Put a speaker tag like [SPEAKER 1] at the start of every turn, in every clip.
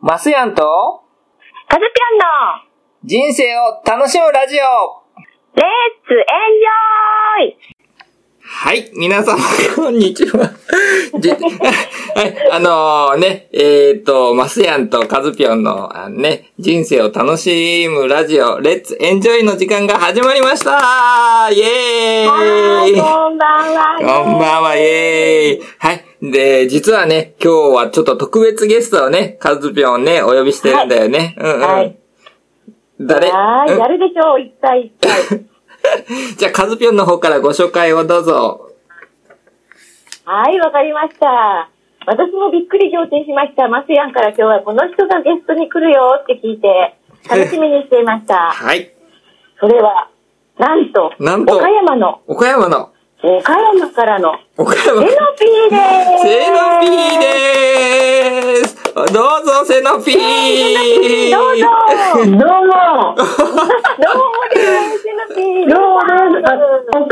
[SPEAKER 1] マスヤンと
[SPEAKER 2] カズピョンの
[SPEAKER 1] 人生を楽しむラジオ
[SPEAKER 2] レッツエンジョイ
[SPEAKER 1] はい、皆様、こんにちは。じ はい、あのね、えっ、と、マスヤンとカズピョンの、あのね、人生を楽しむラジオ、レッツエンジョイの時間が始まりましたイエーイ
[SPEAKER 2] こんばんは。
[SPEAKER 1] こんばんは、イェーイはい。で、実はね、今日はちょっと特別ゲストをね、カズピョンね、お呼びしてるんだよね。うんうん。
[SPEAKER 2] はい
[SPEAKER 1] 誰
[SPEAKER 2] はー
[SPEAKER 1] う
[SPEAKER 2] い、
[SPEAKER 1] ん
[SPEAKER 2] やるでしょう、一回 一回。
[SPEAKER 1] じゃあ、カズピョンの方からご紹介をどうぞ。
[SPEAKER 2] はい、わかりました。私もびっくり仰天しました。マスヤンから今日はこの人がゲストに来るよって聞いて、楽しみにしていました。
[SPEAKER 1] はい。
[SPEAKER 2] それは、なんと、
[SPEAKER 1] なんと
[SPEAKER 2] 岡山の、
[SPEAKER 1] 岡山の、
[SPEAKER 2] 岡山からの、
[SPEAKER 1] 岡
[SPEAKER 2] セ
[SPEAKER 1] 山
[SPEAKER 2] ノ
[SPEAKER 1] の、
[SPEAKER 2] ピーでー す。
[SPEAKER 1] セノピーでーすどうぞ、セノピー
[SPEAKER 2] ど うぞどうもですセノピー
[SPEAKER 3] どうも、あ岡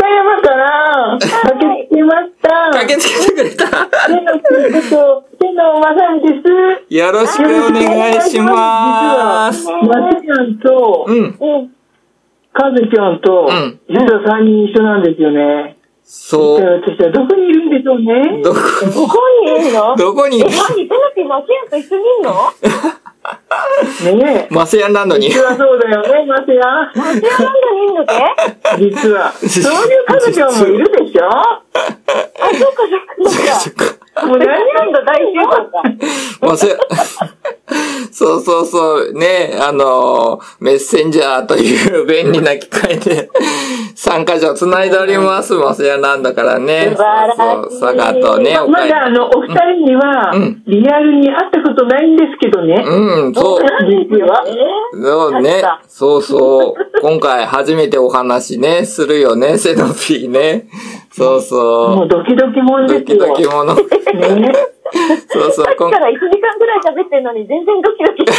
[SPEAKER 3] 山から駆けつけました。
[SPEAKER 1] 駆けつけてくれた
[SPEAKER 3] 手の手と手のまさみです。
[SPEAKER 1] よろしくお願いします
[SPEAKER 3] 実はマスちゃんと、
[SPEAKER 1] うん。
[SPEAKER 2] うん
[SPEAKER 3] カズちゃんと
[SPEAKER 1] うん、
[SPEAKER 3] 実は三人一緒なんですよね。
[SPEAKER 1] そ
[SPEAKER 3] じゃあ
[SPEAKER 1] う。
[SPEAKER 3] 私はどこにいるんでしょうね。
[SPEAKER 1] どこ、
[SPEAKER 2] どこにいるの
[SPEAKER 1] どこに
[SPEAKER 2] え、何ペナピーマキアンと一緒にいるの
[SPEAKER 3] ねえ。
[SPEAKER 1] マスヤンランドに。
[SPEAKER 3] 実はそうだよね、マス
[SPEAKER 2] マ
[SPEAKER 3] や
[SPEAKER 2] キアンランドにいるのけあ、
[SPEAKER 3] ん。実は。そういうカズちゃんもいるでしょ
[SPEAKER 2] そうかそうかそうか。
[SPEAKER 3] もう
[SPEAKER 2] ペナ
[SPEAKER 3] 何
[SPEAKER 2] ピーランド大集合か。
[SPEAKER 1] マスヤン、 そうそうそう、ね、あの、メッセンジャーという 便利な機械で参加者を繋いでおります。マスヤンランドからね。
[SPEAKER 2] 素晴らしい
[SPEAKER 1] そうそう、佐賀とね、
[SPEAKER 3] をまだあの、お二人には
[SPEAKER 1] うん、
[SPEAKER 3] リアルに会ったことないんですけどね。
[SPEAKER 1] うん、そう。
[SPEAKER 3] 実は。
[SPEAKER 2] え
[SPEAKER 1] そうね
[SPEAKER 2] 確か。
[SPEAKER 1] そうそう。今回初めてお話ね、するよね、セノピーね。そう
[SPEAKER 3] も
[SPEAKER 1] そうう。
[SPEAKER 3] ドキドキもん
[SPEAKER 1] ド
[SPEAKER 3] です
[SPEAKER 1] キ
[SPEAKER 3] よ。
[SPEAKER 1] ドキもの。
[SPEAKER 3] ね
[SPEAKER 1] そうそう
[SPEAKER 2] さっ。き
[SPEAKER 1] 今
[SPEAKER 2] から1時間ぐらい喋ってるのに全然ドキドキ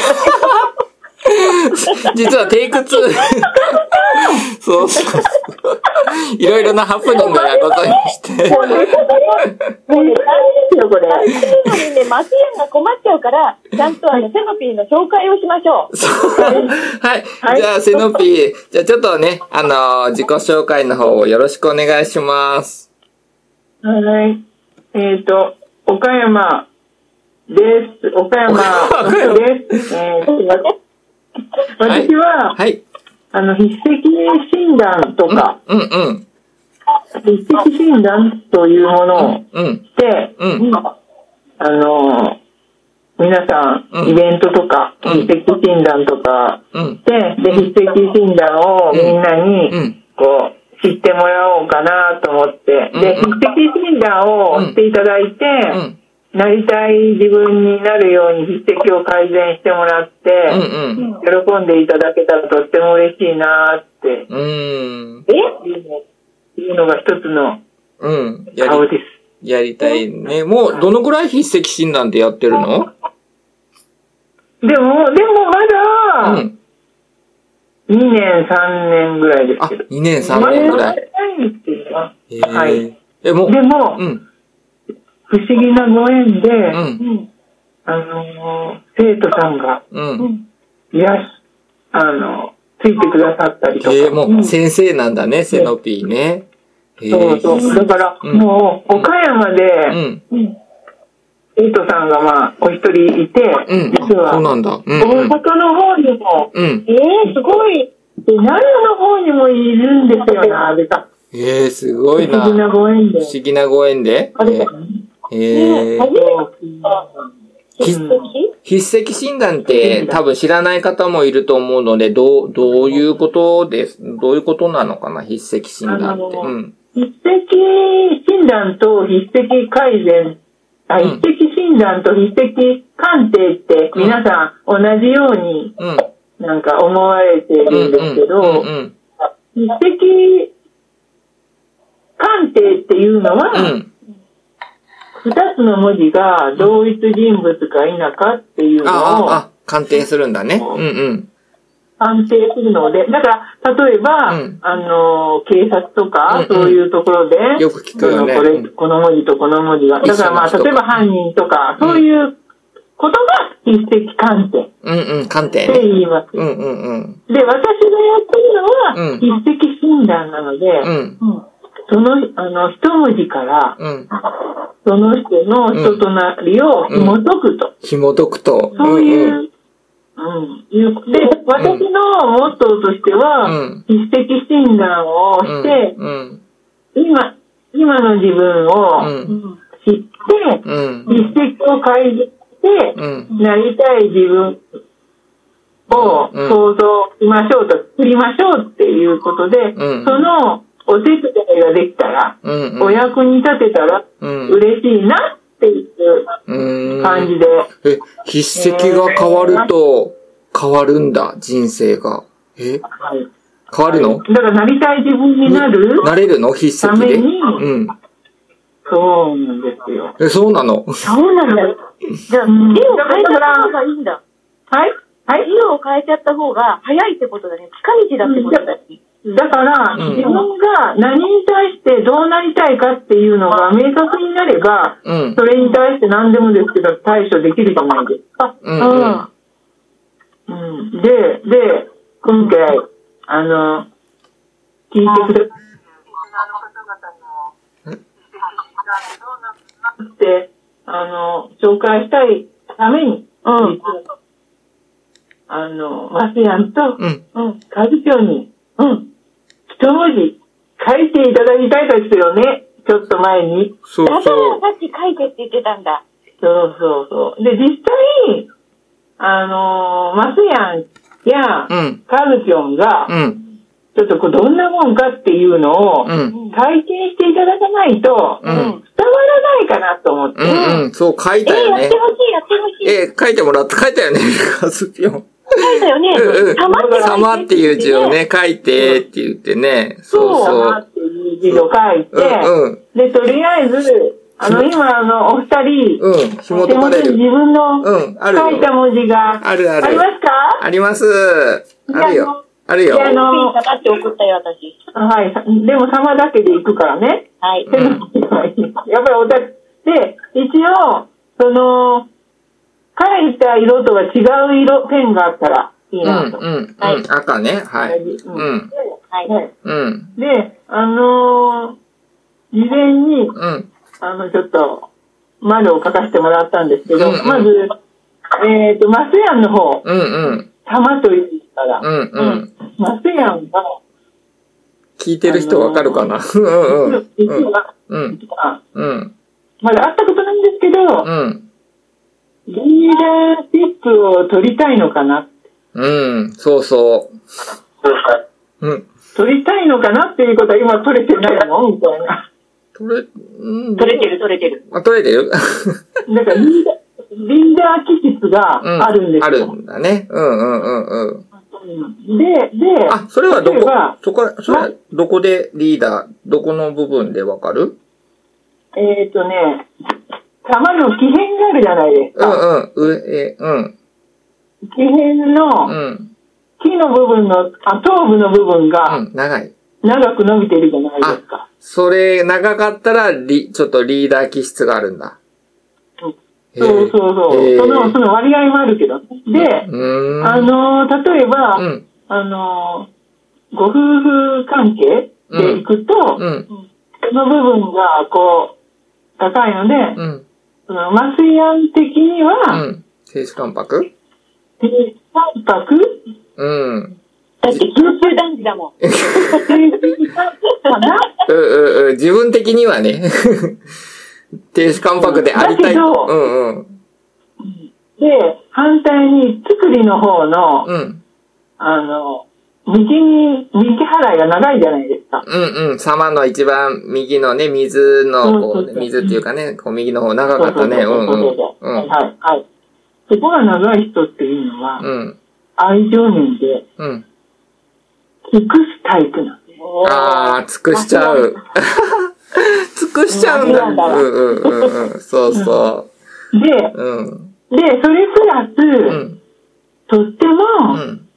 [SPEAKER 2] してない。
[SPEAKER 1] 実はテイク2。そうそうそう。いろいろなハプニングがございまして。
[SPEAKER 2] もうね、ちょっとね
[SPEAKER 3] これ大変ですよ、これ。
[SPEAKER 2] 大集合にね、マキアンが困っちゃうから、ちゃんとあの、セノピーの紹介をしましょう。
[SPEAKER 1] はい。じゃあ、セノピー。じゃあ、ちょっとね、あのー自己紹介の方をよろしくお願いします。
[SPEAKER 3] はい。えっ、と、岡山です。岡山です。えーと
[SPEAKER 1] はい
[SPEAKER 3] 私は、
[SPEAKER 1] はい。
[SPEAKER 3] あの、筆跡診断とか、
[SPEAKER 1] うんうん。
[SPEAKER 3] 筆跡診断というものを
[SPEAKER 1] うん。
[SPEAKER 3] して、
[SPEAKER 1] うん。
[SPEAKER 3] あの、皆さ
[SPEAKER 1] うん
[SPEAKER 3] ん、イベントとか、
[SPEAKER 1] うん
[SPEAKER 3] 筆跡診断とか
[SPEAKER 1] うん。
[SPEAKER 3] して、で、筆跡診断をみんなに、
[SPEAKER 1] うん。
[SPEAKER 3] こう、知ってもらおうかなと思って、
[SPEAKER 1] うん
[SPEAKER 3] で、筆跡診断をしていただいて、
[SPEAKER 1] うん。
[SPEAKER 3] なりたい自分になるように筆跡を改善してもらっ
[SPEAKER 1] うん。
[SPEAKER 3] て、喜んでいただけたらとっても嬉しいなって
[SPEAKER 1] うん。うん。
[SPEAKER 2] え
[SPEAKER 3] いうのいうのが一つの
[SPEAKER 1] うん。や
[SPEAKER 3] 顔
[SPEAKER 1] り、
[SPEAKER 3] です。
[SPEAKER 1] やりたいね。もう、どのぐらい筆跡診断でやってるの
[SPEAKER 3] でも、でも
[SPEAKER 1] う
[SPEAKER 3] まだ、
[SPEAKER 1] ん。
[SPEAKER 3] 2年、3年ぐらいで
[SPEAKER 1] あ、
[SPEAKER 3] すけど。
[SPEAKER 1] 2年、3年ぐらい。
[SPEAKER 3] い
[SPEAKER 1] へ
[SPEAKER 3] は
[SPEAKER 1] え
[SPEAKER 3] い。。
[SPEAKER 1] え、もう、
[SPEAKER 3] でも、
[SPEAKER 1] うん。
[SPEAKER 3] 不思議なご縁
[SPEAKER 1] う
[SPEAKER 3] で、
[SPEAKER 1] ん。
[SPEAKER 2] うん。
[SPEAKER 3] あのー生徒さんが、
[SPEAKER 1] うん
[SPEAKER 2] う。ん。
[SPEAKER 3] いらっし、あの、ついてくださったりとか。
[SPEAKER 1] えー、もう先生なんだね、セノピーね。え
[SPEAKER 3] そう
[SPEAKER 1] ー、
[SPEAKER 3] そう。だから、
[SPEAKER 1] うん
[SPEAKER 3] もう、岡山
[SPEAKER 1] う
[SPEAKER 3] で、
[SPEAKER 1] ん、
[SPEAKER 2] うん。
[SPEAKER 3] 生徒さんがまあ、お一人いて、
[SPEAKER 1] うん、あ
[SPEAKER 3] 実は、
[SPEAKER 1] そうな
[SPEAKER 3] 大
[SPEAKER 1] んだ。うん、うん
[SPEAKER 3] 阪の方にも、
[SPEAKER 1] うん。
[SPEAKER 2] えー、すごい。
[SPEAKER 3] で奈良の方にもいるんですよね、安倍さん。
[SPEAKER 1] えー、すごい
[SPEAKER 3] 不
[SPEAKER 1] な。
[SPEAKER 3] 思議な
[SPEAKER 1] 不
[SPEAKER 3] ご縁で。
[SPEAKER 1] 思議なご縁で。
[SPEAKER 3] あれだ
[SPEAKER 1] え
[SPEAKER 2] ね
[SPEAKER 1] ーえ
[SPEAKER 2] 初
[SPEAKER 1] ー、
[SPEAKER 2] めて聞いた。
[SPEAKER 1] 筆
[SPEAKER 2] 筆跡
[SPEAKER 1] 筆跡診断って多分知らない方もいると思うので、どう、どういうことです、どういうことなのかな、筆跡診断って。
[SPEAKER 3] あの
[SPEAKER 1] うん。
[SPEAKER 3] 筆跡診断と筆跡改善、あ、
[SPEAKER 1] うん
[SPEAKER 3] 筆跡診断と筆跡鑑定って、
[SPEAKER 1] うん
[SPEAKER 3] 皆さん同じように
[SPEAKER 1] うん。
[SPEAKER 3] なんか思われてい
[SPEAKER 1] うん
[SPEAKER 3] るんですけど、
[SPEAKER 1] うんうん。
[SPEAKER 3] 筆跡鑑定っていうのは、
[SPEAKER 1] う
[SPEAKER 3] 二
[SPEAKER 1] ん。
[SPEAKER 3] つの文字が同一人物か否かっていう
[SPEAKER 1] あ
[SPEAKER 3] の
[SPEAKER 1] あ、
[SPEAKER 3] を
[SPEAKER 1] あ、鑑定するんだね。うんうん。
[SPEAKER 3] 判定するので、だから、例えば、
[SPEAKER 1] うん
[SPEAKER 3] あの、警察と
[SPEAKER 1] うんう
[SPEAKER 3] か
[SPEAKER 1] ん、
[SPEAKER 3] そういうところで、
[SPEAKER 1] よく聞くよね
[SPEAKER 3] あのこれ、
[SPEAKER 1] うん
[SPEAKER 3] この文字とこの文字が、だからまあ、
[SPEAKER 1] 一緒の人
[SPEAKER 3] 例えば犯人とか、そういうことが筆跡鑑定っ
[SPEAKER 1] うんうん、鑑定
[SPEAKER 3] て
[SPEAKER 1] ね。
[SPEAKER 3] 言います。
[SPEAKER 1] うんうんうん。
[SPEAKER 3] で、私がやって
[SPEAKER 1] うん
[SPEAKER 3] るのは、筆跡診断なので、
[SPEAKER 1] うん。
[SPEAKER 2] うん。
[SPEAKER 3] その、あの、一文字から、
[SPEAKER 1] うん。
[SPEAKER 3] その人の人となりを紐解くと。
[SPEAKER 1] 紐解くと。
[SPEAKER 3] そうい
[SPEAKER 1] ん
[SPEAKER 3] う、
[SPEAKER 1] ん。
[SPEAKER 3] うん。いうで、私のモットーとしては、
[SPEAKER 1] うん
[SPEAKER 3] 筆跡診断をして、
[SPEAKER 1] うん。
[SPEAKER 3] 今、今の自分
[SPEAKER 1] う
[SPEAKER 3] を
[SPEAKER 1] ん。
[SPEAKER 3] 知って、
[SPEAKER 1] うん。
[SPEAKER 3] 筆跡を改善して、
[SPEAKER 1] うん。
[SPEAKER 3] なりたい自分を
[SPEAKER 1] うん
[SPEAKER 3] 想像しましょうと、作りましょうっていうことで、
[SPEAKER 1] うん
[SPEAKER 3] そのお手伝いができたら、
[SPEAKER 1] うん。
[SPEAKER 3] お役に立てたら
[SPEAKER 1] うん
[SPEAKER 3] 嬉しいなっていう
[SPEAKER 1] うん。
[SPEAKER 3] 感じで、
[SPEAKER 1] え、筆跡が変わると、変わるんだ、人生が。え
[SPEAKER 3] はい
[SPEAKER 1] 変わるの
[SPEAKER 3] だからなりたい自分になる、
[SPEAKER 1] なれるの筆跡で。
[SPEAKER 3] ために
[SPEAKER 1] うん。
[SPEAKER 3] そうなんですよ。
[SPEAKER 1] え、そうなの。
[SPEAKER 2] そうなんだ。じゃあ、絵
[SPEAKER 3] ん
[SPEAKER 2] を変えちゃった方がいいんだ。
[SPEAKER 3] はいはい
[SPEAKER 2] 絵を変えちゃった方が早いってことだね。近道だってことだね。
[SPEAKER 3] だから、
[SPEAKER 1] うん
[SPEAKER 3] 自分が何に対してどうなりたいかっていうのが明確になれば、
[SPEAKER 1] うん。
[SPEAKER 3] それに対して何でもですけど対処できるじゃないですか。
[SPEAKER 1] うん。
[SPEAKER 2] うん。
[SPEAKER 3] うん、で、で、今回、あの、聞いてくれって、あの、紹介したいために、
[SPEAKER 2] うん
[SPEAKER 3] 実はあの、マスヤンと、
[SPEAKER 1] うん。
[SPEAKER 3] うん、カズピョンに、うん、一文字書いていただきたいですよね。ちょっと前に。
[SPEAKER 1] そう
[SPEAKER 2] だから
[SPEAKER 1] そう。
[SPEAKER 2] さっき書いてって言ってたんだ。
[SPEAKER 3] そうそうそう。で、実際、あのーマスヤンや、
[SPEAKER 1] うん。
[SPEAKER 3] カズピョンが、
[SPEAKER 1] うん。
[SPEAKER 3] ちょっとこうどんなもんかっていうのを、
[SPEAKER 1] うん。
[SPEAKER 3] 体験していただかないと、
[SPEAKER 1] うん
[SPEAKER 3] 伝わらないかなと思って。
[SPEAKER 1] うん。うん。そう、書い
[SPEAKER 2] え
[SPEAKER 1] たよ
[SPEAKER 2] やっ
[SPEAKER 1] ね
[SPEAKER 2] て。ほしい、やってほしい。
[SPEAKER 1] え、書いてもらった、書いたよね、カズピョン。
[SPEAKER 2] 書いたよね。
[SPEAKER 1] うんうん
[SPEAKER 2] たまって
[SPEAKER 1] さまっていう字を。ね、書いてって言ってね。そう
[SPEAKER 3] そう
[SPEAKER 1] そ
[SPEAKER 3] なっ
[SPEAKER 1] う。
[SPEAKER 3] ていう字を書いて、
[SPEAKER 1] うんうん。
[SPEAKER 3] で、とりあえず、あの、今、あの、お二人、
[SPEAKER 1] うん。紐解かれ
[SPEAKER 3] 手元に
[SPEAKER 1] る。
[SPEAKER 3] 自分の
[SPEAKER 1] うん。ある
[SPEAKER 3] 書いた
[SPEAKER 1] よ。
[SPEAKER 3] 文字が
[SPEAKER 1] あるあ
[SPEAKER 3] あり
[SPEAKER 1] る
[SPEAKER 3] ま。すか
[SPEAKER 1] あります。あるよ。ある
[SPEAKER 3] いや
[SPEAKER 1] よ
[SPEAKER 3] あ。の
[SPEAKER 2] ピンかかって送ったよ、私。
[SPEAKER 3] はい。でも、様だけで行くからね。
[SPEAKER 2] はい。
[SPEAKER 3] 手のひらにやっぱりおたで、一応、その、書いた色とは違う色、ペンがあったらいい
[SPEAKER 1] うん、
[SPEAKER 3] なと。
[SPEAKER 1] うん、
[SPEAKER 2] は
[SPEAKER 1] う
[SPEAKER 2] い
[SPEAKER 1] ん。赤ね。はい。
[SPEAKER 3] うん
[SPEAKER 1] うん、
[SPEAKER 2] はい。
[SPEAKER 3] ね
[SPEAKER 1] うん、
[SPEAKER 3] で、あのー事前に、
[SPEAKER 1] うん、
[SPEAKER 3] あの、ちょっと、丸を書かせてもらったんですけど、
[SPEAKER 1] うんうん
[SPEAKER 3] まず、えっ、と、マスヤンの方、
[SPEAKER 1] うん、うん、
[SPEAKER 3] 玉という字から、
[SPEAKER 1] うん、うん。
[SPEAKER 3] マスヤンが、
[SPEAKER 1] 聞いてる人わかるかなうん、うん、
[SPEAKER 3] 実
[SPEAKER 1] うん、
[SPEAKER 3] は、
[SPEAKER 1] うん、うん、
[SPEAKER 3] まだ会ったことないんですけど、
[SPEAKER 1] うん、
[SPEAKER 3] リーダーシップを取りたいのかな、
[SPEAKER 1] うん、そうそ
[SPEAKER 3] そうか
[SPEAKER 1] う。うん。
[SPEAKER 3] 取りたいのかなっていうことは今取れてないのみたいな。
[SPEAKER 1] 取れ、うん、
[SPEAKER 2] 取れてる、取れてる。
[SPEAKER 1] あ、取れてる
[SPEAKER 3] なんかリーダー、リーダー気質
[SPEAKER 1] うん。
[SPEAKER 3] があるんです
[SPEAKER 1] ある
[SPEAKER 3] よ。
[SPEAKER 1] んだね。うん、うん、うん、うん。
[SPEAKER 3] うんで、で、
[SPEAKER 1] あ、 それはど
[SPEAKER 3] 例え
[SPEAKER 1] こ
[SPEAKER 3] ば、
[SPEAKER 1] そこ、それはどこでリーダー、どこの部分でわかる
[SPEAKER 3] えっ、とね、玉の気変があるじゃないです
[SPEAKER 1] うん、
[SPEAKER 3] か。
[SPEAKER 1] うん、上、え、うん、
[SPEAKER 3] 気変
[SPEAKER 1] う
[SPEAKER 3] の、
[SPEAKER 1] ん、
[SPEAKER 3] 木の部分の、あ、頭部の部分
[SPEAKER 1] う
[SPEAKER 3] が
[SPEAKER 1] ん、長い。
[SPEAKER 3] 長く伸びてるじゃないですか。
[SPEAKER 1] それ、長かったら、り、ちょっとリーダー気質があるんだ。
[SPEAKER 3] うん
[SPEAKER 1] へー
[SPEAKER 3] そうそうそう。
[SPEAKER 1] へー
[SPEAKER 3] その、その割合もあるけど。で、
[SPEAKER 1] うーん。
[SPEAKER 3] あのー、例えば、
[SPEAKER 1] うん、
[SPEAKER 3] あのー、ご夫婦関係でいくと、
[SPEAKER 1] うん、
[SPEAKER 3] その部分が、こう、高いので、
[SPEAKER 1] うん、
[SPEAKER 3] そのマスヤン的に
[SPEAKER 1] う
[SPEAKER 3] は、
[SPEAKER 1] ん。精子関白
[SPEAKER 3] 低タンパク、
[SPEAKER 1] うん。うん、
[SPEAKER 2] だって、九州男児だもん。
[SPEAKER 3] 低タンパクかな
[SPEAKER 1] うん、うん。自分的にはね、 精子関白でありたい。
[SPEAKER 3] だけど
[SPEAKER 1] うん、うん、
[SPEAKER 3] で、反対に、作りの方の、
[SPEAKER 1] うん、
[SPEAKER 3] あの、右に、右払いが長いじゃないですか。
[SPEAKER 1] うん、うん。様の一番右のね、水の、こ
[SPEAKER 3] そうそう
[SPEAKER 1] う、
[SPEAKER 3] そう
[SPEAKER 1] 水っていうかね、こう右の方長かったね。う
[SPEAKER 3] そ
[SPEAKER 1] ん、
[SPEAKER 3] う
[SPEAKER 1] う
[SPEAKER 3] そうそ
[SPEAKER 1] ん
[SPEAKER 3] うそ、う
[SPEAKER 1] う
[SPEAKER 3] はい
[SPEAKER 1] ん、
[SPEAKER 3] はい、はい。そこが長い人っていうのは、
[SPEAKER 1] うん、
[SPEAKER 3] 愛情面で、
[SPEAKER 1] うん。
[SPEAKER 3] 尽くすタイプなんです。
[SPEAKER 1] ああ、尽くしちゃう。 尽くしちゃうんだ。うんうんうんうん。そうそ
[SPEAKER 3] で、
[SPEAKER 1] う。うん。
[SPEAKER 3] で、それプラス、
[SPEAKER 1] うん。
[SPEAKER 3] とっても、
[SPEAKER 1] うん。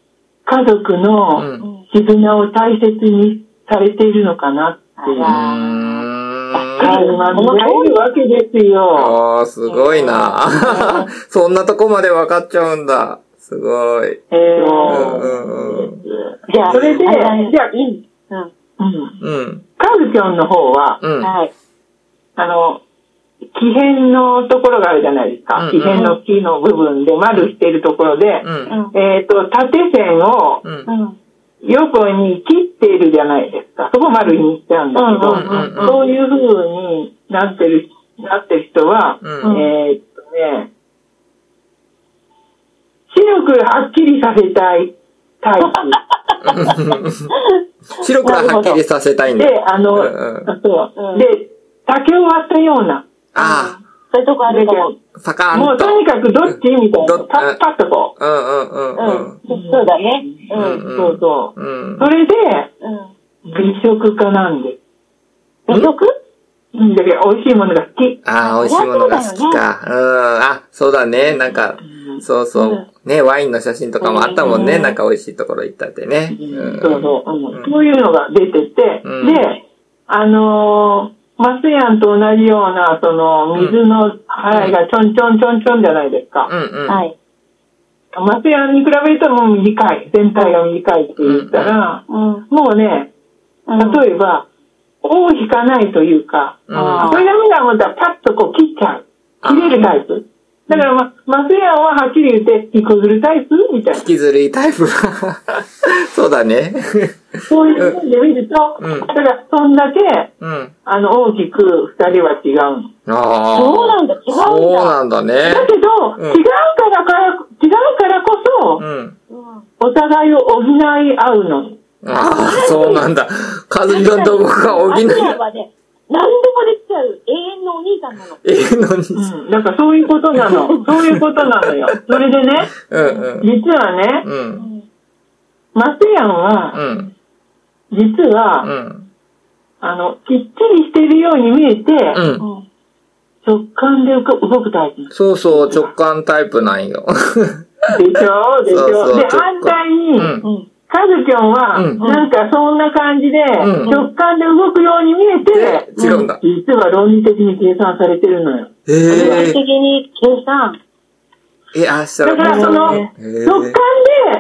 [SPEAKER 3] 家族
[SPEAKER 1] う
[SPEAKER 3] の
[SPEAKER 1] ん。
[SPEAKER 3] 絆を大切にされているのかなってい
[SPEAKER 1] う
[SPEAKER 3] う。
[SPEAKER 1] ーん。
[SPEAKER 3] あ今見られるわけですよ。
[SPEAKER 1] ああ、すごいな。 そんなとこまで分かっちゃうんだ。すごい。
[SPEAKER 3] え
[SPEAKER 1] う
[SPEAKER 3] ー
[SPEAKER 1] んうんうん。
[SPEAKER 2] じゃあ、
[SPEAKER 3] それで、じ
[SPEAKER 2] あ
[SPEAKER 3] ゃ
[SPEAKER 2] だ
[SPEAKER 3] あ、
[SPEAKER 2] ね
[SPEAKER 3] い
[SPEAKER 2] うん。
[SPEAKER 3] うん。
[SPEAKER 1] うん。
[SPEAKER 3] カルピョンの方は、
[SPEAKER 1] うん。
[SPEAKER 2] はい。
[SPEAKER 3] あの、気変のところがあるじゃないです
[SPEAKER 1] うんう
[SPEAKER 3] か。
[SPEAKER 1] ん
[SPEAKER 3] 気変の木の部分で丸してるところで、
[SPEAKER 1] うん
[SPEAKER 2] うん。
[SPEAKER 3] えっ、と、縦線を
[SPEAKER 1] うん。うん。
[SPEAKER 2] うん。
[SPEAKER 3] 横に切っているじゃないですか。そこ丸にしちゃうんだけど、
[SPEAKER 2] うんうん
[SPEAKER 1] うんうん
[SPEAKER 3] そういう風になってる、なってる人は、
[SPEAKER 1] うん
[SPEAKER 3] えーっとね、白くはっきりさせたいタイ
[SPEAKER 1] 白黒はっきりさせたいん
[SPEAKER 3] プ。
[SPEAKER 1] だ。
[SPEAKER 3] で、あの、
[SPEAKER 1] うんうん
[SPEAKER 3] そうう。
[SPEAKER 2] ん
[SPEAKER 3] で、竹を割ったような。
[SPEAKER 1] あ
[SPEAKER 2] そういうとこあるかも。
[SPEAKER 1] あ、パカーンと。
[SPEAKER 3] もうとにかくどっちみたいな。
[SPEAKER 1] ど
[SPEAKER 3] パッパッとこ
[SPEAKER 1] うんうんうん
[SPEAKER 2] う
[SPEAKER 1] うん
[SPEAKER 2] ん。。そうだね。う
[SPEAKER 1] うん
[SPEAKER 2] ん。
[SPEAKER 1] う
[SPEAKER 3] う。
[SPEAKER 1] ん
[SPEAKER 3] そうそう。
[SPEAKER 1] うん。
[SPEAKER 3] それで、
[SPEAKER 2] うん。
[SPEAKER 3] 美食家なんです。
[SPEAKER 2] 美食
[SPEAKER 3] うん、だけど美味しいものが好き。
[SPEAKER 1] ああ、美味しいものが好きか。うん。あ、そうだね。なんか、そうそう。ね、ワインの写真とかもあったもんね。
[SPEAKER 2] うん
[SPEAKER 1] なんか美味しいところ行ったってね。うん。
[SPEAKER 3] そうそう、うん
[SPEAKER 1] うん
[SPEAKER 3] そういうのが出てて、
[SPEAKER 1] うん
[SPEAKER 3] で、あのーマスヤンと同じような、その、水の払いがちょんちょんちょんちょんじゃないですか。
[SPEAKER 1] うんうん。
[SPEAKER 2] はい。
[SPEAKER 3] マスヤンに比べるともう短い。全体が短いって言ったら、
[SPEAKER 2] うん。
[SPEAKER 3] もうね、例えば、尾を引かないというか、
[SPEAKER 1] うん
[SPEAKER 2] あー
[SPEAKER 3] これダメだと思ったらパッとこう切っちゃう。
[SPEAKER 1] あー
[SPEAKER 3] 切れるタイプ。だから、ま、マスヤンははっきり言って、引くずるタイプみたいな
[SPEAKER 1] 引。きずりタイプ。 そうだね。
[SPEAKER 3] そういう面で見ると、
[SPEAKER 1] うん
[SPEAKER 3] だから、そんだけ、
[SPEAKER 1] うん。
[SPEAKER 3] あの、大きく二人は違うの。
[SPEAKER 1] ああ。
[SPEAKER 2] そうなんだ違うんだ
[SPEAKER 1] そうなんだね。
[SPEAKER 3] だけど、
[SPEAKER 1] うん
[SPEAKER 3] 違うからから、違うからこそ、
[SPEAKER 1] うん。
[SPEAKER 2] うん。
[SPEAKER 3] お互いを補い合うの。
[SPEAKER 1] ああ、そうなんだ。和ズのと僕が補い
[SPEAKER 2] アキラはね、何でもできちゃう永遠のお兄さんなの。
[SPEAKER 1] ええのに。
[SPEAKER 3] うん。だからそういうことなの。 そういうことなのよ。それでね、
[SPEAKER 1] うんうん。
[SPEAKER 3] 実はね、
[SPEAKER 1] う。
[SPEAKER 2] うんん。
[SPEAKER 3] マスヤンは、
[SPEAKER 1] うん。
[SPEAKER 3] 実は、
[SPEAKER 1] うん。
[SPEAKER 3] あの、きっちりしてるように見えて、
[SPEAKER 1] うん
[SPEAKER 2] う。ん。
[SPEAKER 3] 直感で動く動くタイプ。
[SPEAKER 1] そうそう、直感タイプなんよ。
[SPEAKER 3] でしょでし
[SPEAKER 1] そうそ
[SPEAKER 3] ょ
[SPEAKER 1] う
[SPEAKER 3] で、
[SPEAKER 1] 直感
[SPEAKER 3] 反対に、
[SPEAKER 1] うん。
[SPEAKER 2] うん。
[SPEAKER 3] カズキョンは、
[SPEAKER 1] うん
[SPEAKER 3] なんかそんな感じで、
[SPEAKER 1] うん
[SPEAKER 3] 直感で動くように見えて、
[SPEAKER 1] で違うんだ
[SPEAKER 3] 実は論理的に計算されてるのよ。
[SPEAKER 1] え
[SPEAKER 2] 基本的に計算。
[SPEAKER 1] え。え、あ、した
[SPEAKER 3] だからその、
[SPEAKER 1] へえ
[SPEAKER 3] 直感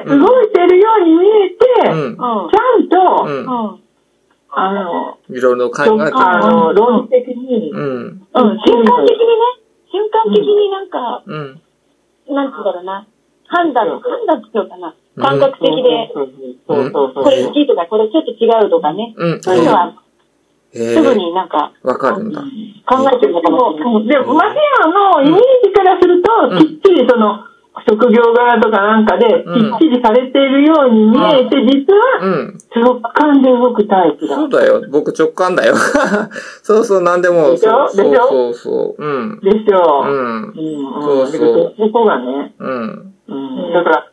[SPEAKER 3] で動いてるように見えて、
[SPEAKER 1] うん
[SPEAKER 2] う。ん。
[SPEAKER 3] ちゃんと、
[SPEAKER 1] うん。
[SPEAKER 2] うん。
[SPEAKER 3] あの、
[SPEAKER 1] いろいろ考えて
[SPEAKER 3] 直
[SPEAKER 1] る。
[SPEAKER 3] あの、論理的に、
[SPEAKER 1] うん。
[SPEAKER 2] うん、瞬間的にね、瞬間的になんか、
[SPEAKER 1] うん。
[SPEAKER 2] なんて言うんだろうな、判断、判断必要かな。
[SPEAKER 1] うん
[SPEAKER 2] 感覚的で、
[SPEAKER 3] そうそうそう。
[SPEAKER 2] これ好きとか、これちょっと違うとかね。
[SPEAKER 1] うん。
[SPEAKER 2] そういうのは、
[SPEAKER 1] え
[SPEAKER 2] すぐ
[SPEAKER 1] ー
[SPEAKER 2] になんか
[SPEAKER 1] わかるんだ。
[SPEAKER 2] 考えてるのかもしれない。
[SPEAKER 3] でも、マシアのイメージからすると、
[SPEAKER 1] うん
[SPEAKER 3] きっちりその、職業柄とかなんかで、
[SPEAKER 1] うん
[SPEAKER 3] きっちりされているように見えて、実
[SPEAKER 1] う
[SPEAKER 3] は
[SPEAKER 1] ん。
[SPEAKER 3] 直感で動くタイプだ。
[SPEAKER 1] そうだよ。僕直感だよ。 そうそう、なんでも。
[SPEAKER 3] でしょ
[SPEAKER 1] そう
[SPEAKER 3] でしょ
[SPEAKER 1] そうそう。うん。
[SPEAKER 3] でしょ
[SPEAKER 1] う
[SPEAKER 3] う。
[SPEAKER 1] ん。
[SPEAKER 3] うん、うん。
[SPEAKER 1] そうそう
[SPEAKER 3] そこがね、
[SPEAKER 1] うん。
[SPEAKER 3] うん。だから、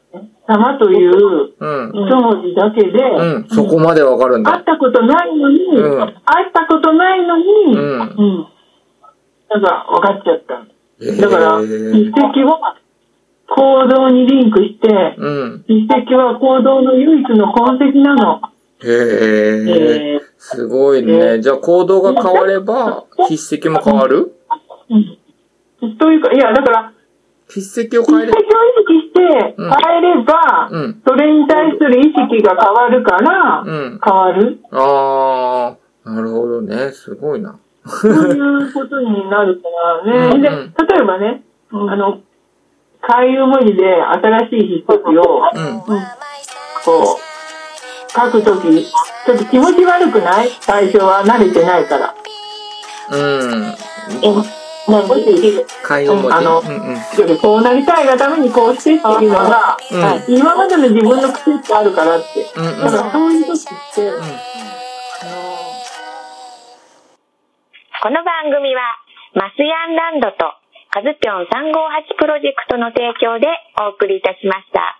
[SPEAKER 3] 様という
[SPEAKER 1] うん。
[SPEAKER 3] 当時だけで、
[SPEAKER 1] うん。そこまでわかるん
[SPEAKER 3] 会
[SPEAKER 1] だ
[SPEAKER 3] っ。たことないのに、
[SPEAKER 1] うん
[SPEAKER 3] 会ったことないのに、
[SPEAKER 1] うん。
[SPEAKER 2] うん。
[SPEAKER 3] なんか分かっちゃった。
[SPEAKER 1] えー
[SPEAKER 3] だから、一石は行動にリンクして、
[SPEAKER 1] うん。
[SPEAKER 3] 一石は行動の唯一の痕跡なの。
[SPEAKER 1] へえ。
[SPEAKER 3] えー
[SPEAKER 1] すごいね。じゃあ行動が変われば、筆跡も変わる
[SPEAKER 3] というか、いや、だから、
[SPEAKER 1] 筆跡を
[SPEAKER 3] 一
[SPEAKER 1] 変え
[SPEAKER 3] 石を意
[SPEAKER 1] れ
[SPEAKER 3] 識して
[SPEAKER 1] うん
[SPEAKER 3] 変えれば、
[SPEAKER 1] うん
[SPEAKER 3] それに対する意識が変わるから、
[SPEAKER 1] うん
[SPEAKER 3] 変わる。
[SPEAKER 1] ああ、なるほどね。すごいな。
[SPEAKER 3] そういうことになるから
[SPEAKER 1] うん
[SPEAKER 3] ね。で、例えばね、あの、開運文字で新しい引っ越し
[SPEAKER 1] うん。
[SPEAKER 3] を、こう、書くとき、ちょっと気持ち悪くない最初は慣れてないから。
[SPEAKER 1] うん。
[SPEAKER 2] え、何
[SPEAKER 3] もし、
[SPEAKER 1] 会話も
[SPEAKER 3] あの
[SPEAKER 1] うんうん。
[SPEAKER 3] ちょっとこうなりたいがためにこうしてっていうのが、
[SPEAKER 1] うん
[SPEAKER 2] はい
[SPEAKER 3] 今までの自分の癖ってあるからって。
[SPEAKER 1] うんうん
[SPEAKER 3] だからそういう時って、
[SPEAKER 2] この番組は、マスヤンランドと、カズピョン358プロジェクトの提供でお送りいたしました。